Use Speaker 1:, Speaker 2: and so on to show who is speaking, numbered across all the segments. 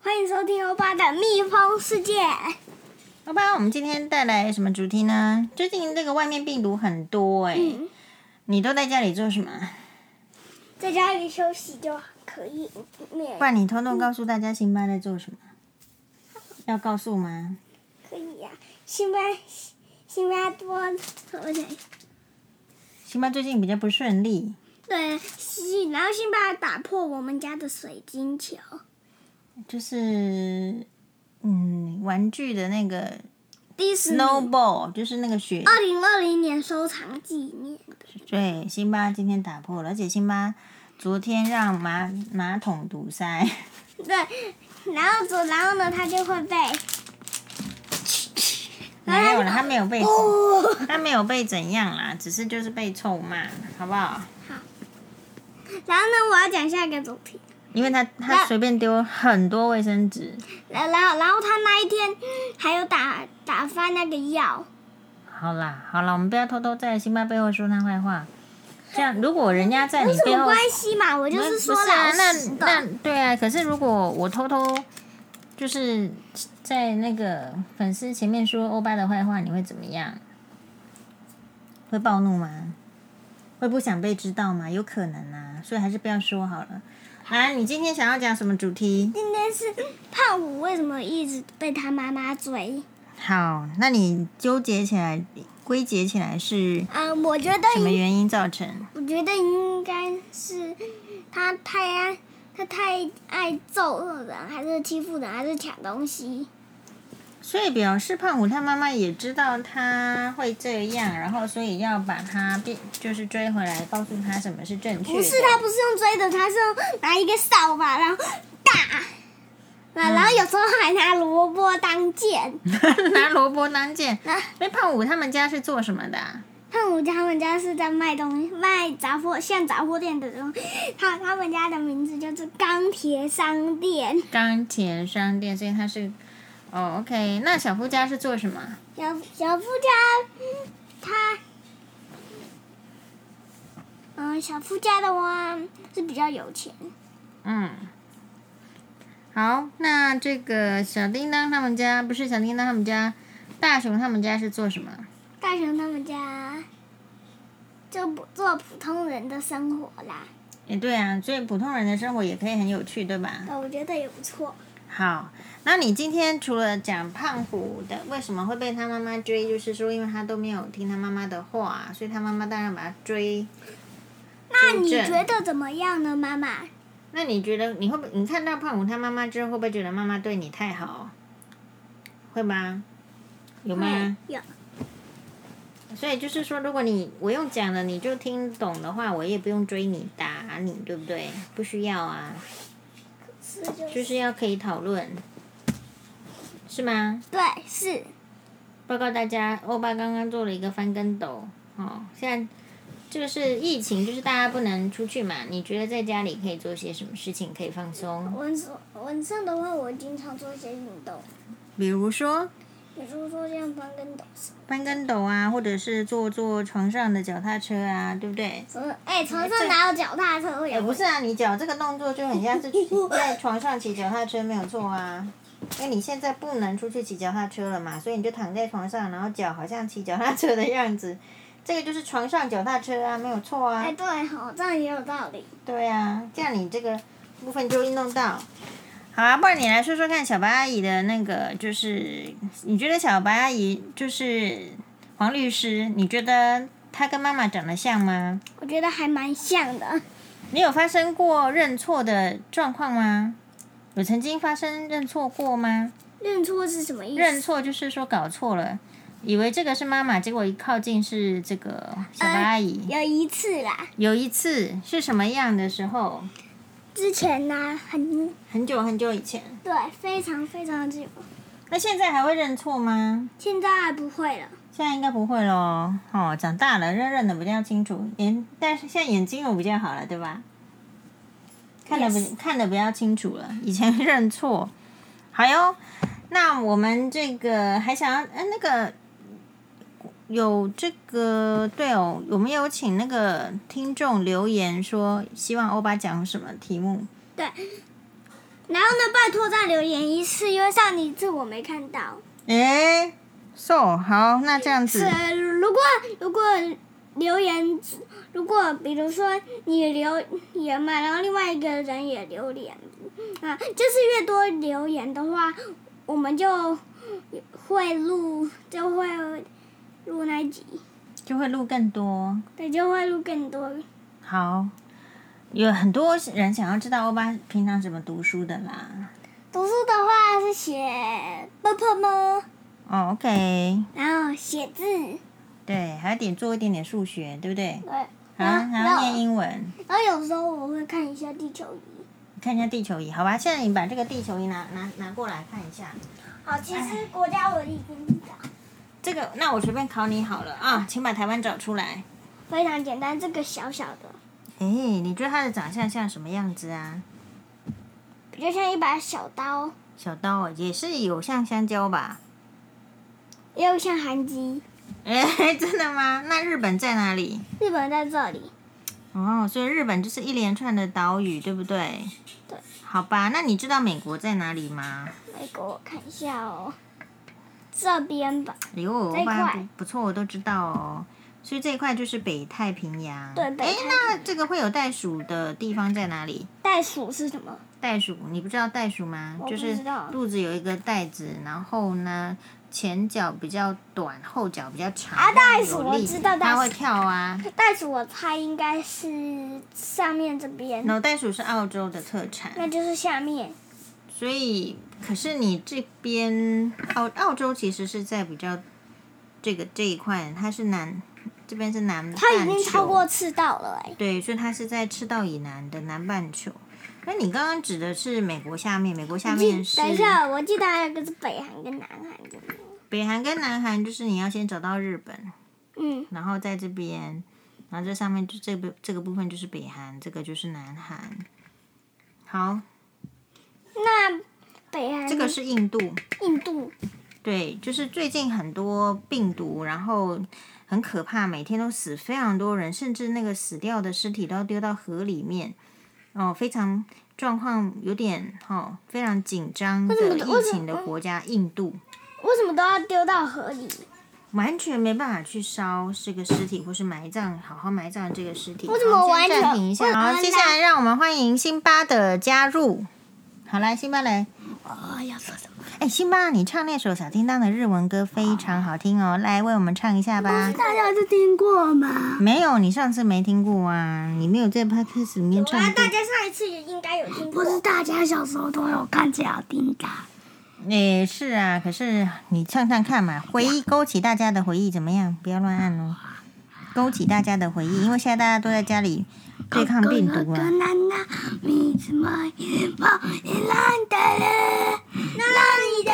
Speaker 1: 欢迎收听欧巴的《蜜蜂世界》。
Speaker 2: 好吧，我们今天带来什么主题呢？最近这个外面病毒很多哎、
Speaker 1: 嗯，
Speaker 2: 你都在家里做什么？
Speaker 1: 在家里休息就可以。
Speaker 2: 不然你偷偷告诉大家辛巴在做什么？要告诉吗？
Speaker 1: 可以啊呀、辛巴，辛巴多，我想
Speaker 2: 辛巴最近比较不顺利
Speaker 1: 对，西然后辛巴打破我们家的水晶球，
Speaker 2: 就是，嗯，玩具的那个
Speaker 1: 迪士尼
Speaker 2: snowball，就是那个雪。
Speaker 1: 二零二零年收藏纪念。
Speaker 2: 对，辛巴今天打破了，而且辛巴昨天让马马桶堵塞，
Speaker 1: 对，然后走，然后呢，它就会被
Speaker 2: 没有了，他没有被
Speaker 1: 哦，
Speaker 2: 他没有被怎样啦，只是就是被臭骂，好不好？
Speaker 1: 然后呢，我要讲下一个主题。
Speaker 2: 因为他他
Speaker 1: 那
Speaker 2: 随便丢很多卫生纸，
Speaker 1: 然然后然后他那一天还有打打翻那个药，
Speaker 2: 好啦，好啦，我们不要偷偷在辛巴背后说他坏话。这样，如果人家在
Speaker 1: 有
Speaker 2: 你
Speaker 1: 什
Speaker 2: 背
Speaker 1: 么
Speaker 2: 后，
Speaker 1: 关系嘛？我就
Speaker 2: 不
Speaker 1: 是说
Speaker 2: 不是啊
Speaker 1: 老实
Speaker 2: 那那
Speaker 1: 的，
Speaker 2: 对啊，可是如果我偷偷就是在那个粉丝前面说欧巴的坏话，你会怎么样？会暴怒吗？会不想被知道吗？有可能啊，所以还是不要说好了。来，你今天想要讲什么主题？
Speaker 1: 今天是胖虎为什么一直被他妈妈追？
Speaker 2: 好，那你纠结起来、归结起来是
Speaker 1: 嗯，我觉得
Speaker 2: 什么
Speaker 1: 应
Speaker 2: 原因造成？
Speaker 1: 我觉得应该是他太爱他太爱揍人，还是欺负人，还是抢东西。
Speaker 2: 所以表示胖虎他妈妈也知道他会这样，然后所以要把他变，就是追回来，告诉他什么是正确的。
Speaker 1: 不是他不是用追的，他是用拿一个扫把然后打，然然后有时候还拿萝卜当剑。
Speaker 2: 拿萝卜当剑。
Speaker 1: 那
Speaker 2: 所以胖虎他们家是做什么的啊、
Speaker 1: 胖虎家他们家是在卖东西，卖杂货，像杂货店的东西。他他们家的名字就是钢铁商店。
Speaker 2: 钢铁商店，所以他是。哦、o k 那小夫家是做什么？
Speaker 1: 小小夫家，嗯他，嗯，小夫家的话是比较有钱。
Speaker 2: 嗯，好，那这个小叮当他们家不是小叮当他们家，大雄他们家是做什么？
Speaker 1: 大雄他们家就不做普通人的生活啦，
Speaker 2: 也对啊，所以普通人的生活也可以很有趣，对吧？
Speaker 1: 呃我觉得也不错。
Speaker 2: 好，那你今天除了讲胖虎的为什么会被他妈妈追，就是说因为他都没有听他妈妈的话，所以他妈妈当然把他追。
Speaker 1: 那
Speaker 2: 纠
Speaker 1: 你
Speaker 2: 正
Speaker 1: 觉得怎么样呢，妈妈？
Speaker 2: 那你觉得你会不会？你看到胖虎他妈妈之后，会不会觉得妈妈对你太好？会吗？有吗？
Speaker 1: 会有。
Speaker 2: 所以就是说，如果你我用讲的你就听懂的话，我也不用追你打你，对不对？不需要啊，
Speaker 1: 是就
Speaker 2: 就是要可以讨论，是吗？
Speaker 1: 对，是
Speaker 2: 报告大家，欧巴刚刚做了一个翻跟斗哦。现在这个是疫情，就是大家不能出去嘛。你觉得在家里可以做些什么事情可以放松？
Speaker 1: 晚上晚上的话，我经常做一些运动，
Speaker 2: 比如说
Speaker 1: 比如说像翻跟斗什
Speaker 2: 翻跟斗啊，或者是坐坐床上的脚踏车啊，对不对？
Speaker 1: 么。哎，床上哪有脚踏车？
Speaker 2: 也
Speaker 1: 也
Speaker 2: 不是啊，你脚这个动作就很像是在床上骑脚踏车，没有错啊。因为你现在不能出去骑脚踏车了嘛，所以你就躺在床上，然后脚好像骑脚踏车的样子，这个就是床上脚踏车啊，没有错啊。
Speaker 1: 哎，对吼，这样也有道理。
Speaker 2: 对啊，这样你这个部分就运动到。好啊，不然你来说说看，小白阿姨的那个，就是你觉得小白阿姨就是黄律师，你觉得她跟妈妈长得像吗？
Speaker 1: 我觉得还蛮像的。
Speaker 2: 你有发生过认错的状况吗？有曾经发生认错过吗？
Speaker 1: 认错是什么意思？
Speaker 2: 认错就是说搞错了，以为这个是妈妈，结果一靠近是这个小白阿姨。
Speaker 1: 呃有一次啦，
Speaker 2: 有一次是什么样的时候？
Speaker 1: 之前呢、很
Speaker 2: 很久很久以前。
Speaker 1: 对，非常非常久，
Speaker 2: 那现在还会认错吗？
Speaker 1: 现在不会了。
Speaker 2: 现在应该不会咯，哦，长大了认认的比较清楚，眼但是现在眼睛有比较好了，对吧？看得比
Speaker 1: Yes
Speaker 2: 看得比较清楚了，以前认错。好哟，那我们这个还想要，呃，那个有这个对哦，我们有请那个听众留言说，希望欧巴讲什么题目？
Speaker 1: 对，然后呢，拜托再留言一次，因为上一次我没看到。
Speaker 2: 诶 s o 好，那这样
Speaker 1: 是啊
Speaker 2: 子，，
Speaker 1: 如果如果留言，如果比如说你留言嘛，然后另外一个人也留言，啊，就是越多留言的话，我们就会录，就会录那一集，
Speaker 2: 就会录更多。
Speaker 1: 对，就会录更多。
Speaker 2: 好，有很多人想要知道欧巴平常怎么读书的啦。
Speaker 1: 读书的话是写 b p m，
Speaker 2: 哦，OK，
Speaker 1: 然后写字，
Speaker 2: 对，还有点做一点点数学，对不对？
Speaker 1: 对，
Speaker 2: 啊，
Speaker 1: 然后
Speaker 2: 然
Speaker 1: 然
Speaker 2: 后
Speaker 1: 后
Speaker 2: 念英文，
Speaker 1: 然后有时候我会看一下地球仪。
Speaker 2: 看一下地球仪，好吧？现在你把这个地球仪拿拿拿过来看一下。
Speaker 1: 好，其实国家我已经知道，
Speaker 2: 这个，那我随便考你好了啊，请把台湾找出来。
Speaker 1: 非常简单，这个小小的，
Speaker 2: 诶，你觉得它的长相像什么样子啊？
Speaker 1: 比较像一把小刀，
Speaker 2: 小刀哦也是有像香蕉吧？
Speaker 1: 又像韩鸡。
Speaker 2: 诶，真的吗？那日本在哪里？
Speaker 1: 日本在这里，
Speaker 2: 哦，所以日本就是一连串的岛屿，对不对？
Speaker 1: 对。
Speaker 2: 好吧，那你知道美国在哪里吗？
Speaker 1: 美国我看一下哦，这边吧，
Speaker 2: 哎呦，我
Speaker 1: 这一
Speaker 2: 爸
Speaker 1: 块
Speaker 2: 不不错，我都知道哦。所以这一块就是北太平洋。
Speaker 1: 对北太
Speaker 2: 诶
Speaker 1: 平
Speaker 2: 那这个会有袋鼠的地方在哪里？
Speaker 1: 袋鼠是什么？
Speaker 2: 袋鼠，你不知道袋鼠吗
Speaker 1: 我？不
Speaker 2: 就是
Speaker 1: 知道
Speaker 2: 肚子有一个袋子，然后呢，前脚比较短，后脚比较长。
Speaker 1: 啊袋鼠
Speaker 2: 有力
Speaker 1: 我知道袋
Speaker 2: 它
Speaker 1: 鼠
Speaker 2: 会跳啊。
Speaker 1: 袋鼠我猜应该是上面这边，
Speaker 2: 然后袋鼠是澳洲的特产。
Speaker 1: 那就是下面。
Speaker 2: 所以，可是你这边澳澳洲其实是在比较这个这一块，它是南这边是南
Speaker 1: 它已
Speaker 2: 半
Speaker 1: 经
Speaker 2: 球
Speaker 1: 超过赤道了哎、
Speaker 2: 对，所以它是在赤道以南的南半球。那你刚刚指的是美国下面，美国下面是
Speaker 1: 等一下，我记得还有一个是北韩跟南韩的。
Speaker 2: 北韩跟南韩，就是你要先找到日本，
Speaker 1: 嗯，
Speaker 2: 然后在这边，然后这上面就这个这个部分就是北韩，这个就是南韩。好，
Speaker 1: 那北韩
Speaker 2: 这个是印度。
Speaker 1: 印度，
Speaker 2: 对，就是最近很多病毒，然后很可怕，每天都死非常多人，甚至那个死掉的尸体都要丢到河里面，哦，非常状况有点哦，非常紧张的
Speaker 1: 为什么为
Speaker 2: 疫
Speaker 1: 什
Speaker 2: 情的
Speaker 1: 么
Speaker 2: 国家印度，
Speaker 1: 为什么都要丢到河里？
Speaker 2: 完全没办法去烧这个尸体或是埋葬，好好埋葬这个尸体。
Speaker 1: 为什么
Speaker 2: 好
Speaker 1: 完
Speaker 2: 先
Speaker 1: 全
Speaker 2: 暂停一
Speaker 1: 为
Speaker 2: 下？
Speaker 1: 什么
Speaker 2: 好，接下来让我们欢迎辛巴的加入。好，来，辛巴来。
Speaker 1: 哦，要说什么？
Speaker 2: 哎，辛巴，你唱那首小叮当的日文歌非常好听哦，来为我们唱一下吧。
Speaker 1: 大家都听过吗？
Speaker 2: 没有，你上次没听过啊，你没有在 podcast 里面唱
Speaker 1: 啊，
Speaker 2: 过
Speaker 1: 大。家上一次也应该有听
Speaker 3: 不
Speaker 1: 过。
Speaker 3: 是大家小时候都有看《小叮当》，
Speaker 2: 哎，是啊，可是你唱唱看嘛，回忆勾起大家的回忆怎么样？不要乱按哦，勾起大家的回忆，因为现在大家都在家里对抗病毒啊。
Speaker 3: 娜娜，你怎么也不一样的人？何で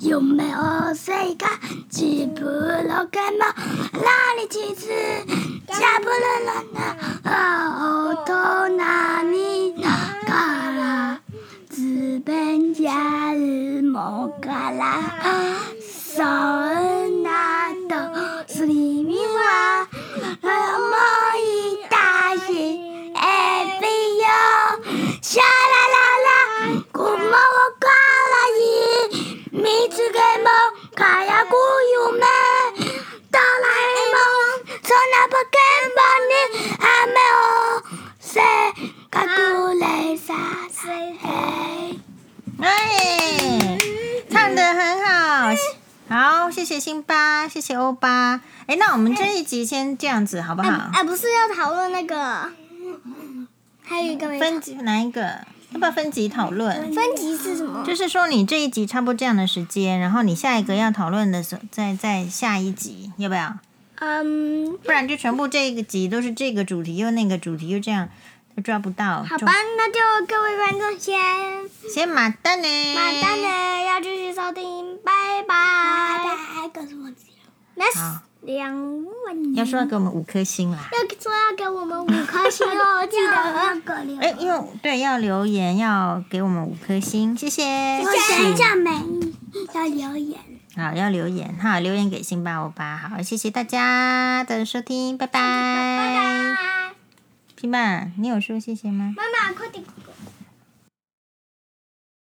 Speaker 3: 夢を追いか自分の毛も何日つジャブルな大人になからずべんじゃるもからそんなとすりみは思い出しエビよシャラララ雲をからに見つけも輝く夢ドラえもんそのポケモンに雨をせ隠れさせ
Speaker 2: 哎，唱的很好，好，谢谢辛巴，谢谢欧巴。哎，那我们这一集先这样子好不好？
Speaker 1: 哎，不是要讨论那个，还有一个没
Speaker 2: 分级哪一个？要不要分级讨论？
Speaker 1: 分级是什么？
Speaker 2: 就是说，你这一集差不多这样的时间，然后你下一个要讨论的时候，再再下一集，要不要？
Speaker 1: 嗯，
Speaker 2: 不然就全部这个集都是这个主题，又那个主题，又这样，就抓不到。
Speaker 1: 好吧，那就各位观众先
Speaker 2: 就，先马蛋呢？
Speaker 1: 马蛋。了，要继续收听，拜
Speaker 3: 大
Speaker 1: 拜。
Speaker 3: 家告诉我自己。
Speaker 1: 那
Speaker 2: 好
Speaker 1: 两问
Speaker 2: 要说要给我们五颗星啦。
Speaker 1: 要说要给我们五颗星哦， 记
Speaker 3: 那
Speaker 1: 得。
Speaker 3: 个留
Speaker 2: 哎，因为对要留言，要给我们五颗星，谢谢。
Speaker 3: 言，下美要留言。
Speaker 2: 好，要留言哈，留言给辛巴欧巴。好，谢谢大家的收听，拜拜。
Speaker 1: 拜
Speaker 2: 辛巴，你有说谢谢吗？嗯
Speaker 1: 妈妈，快点，快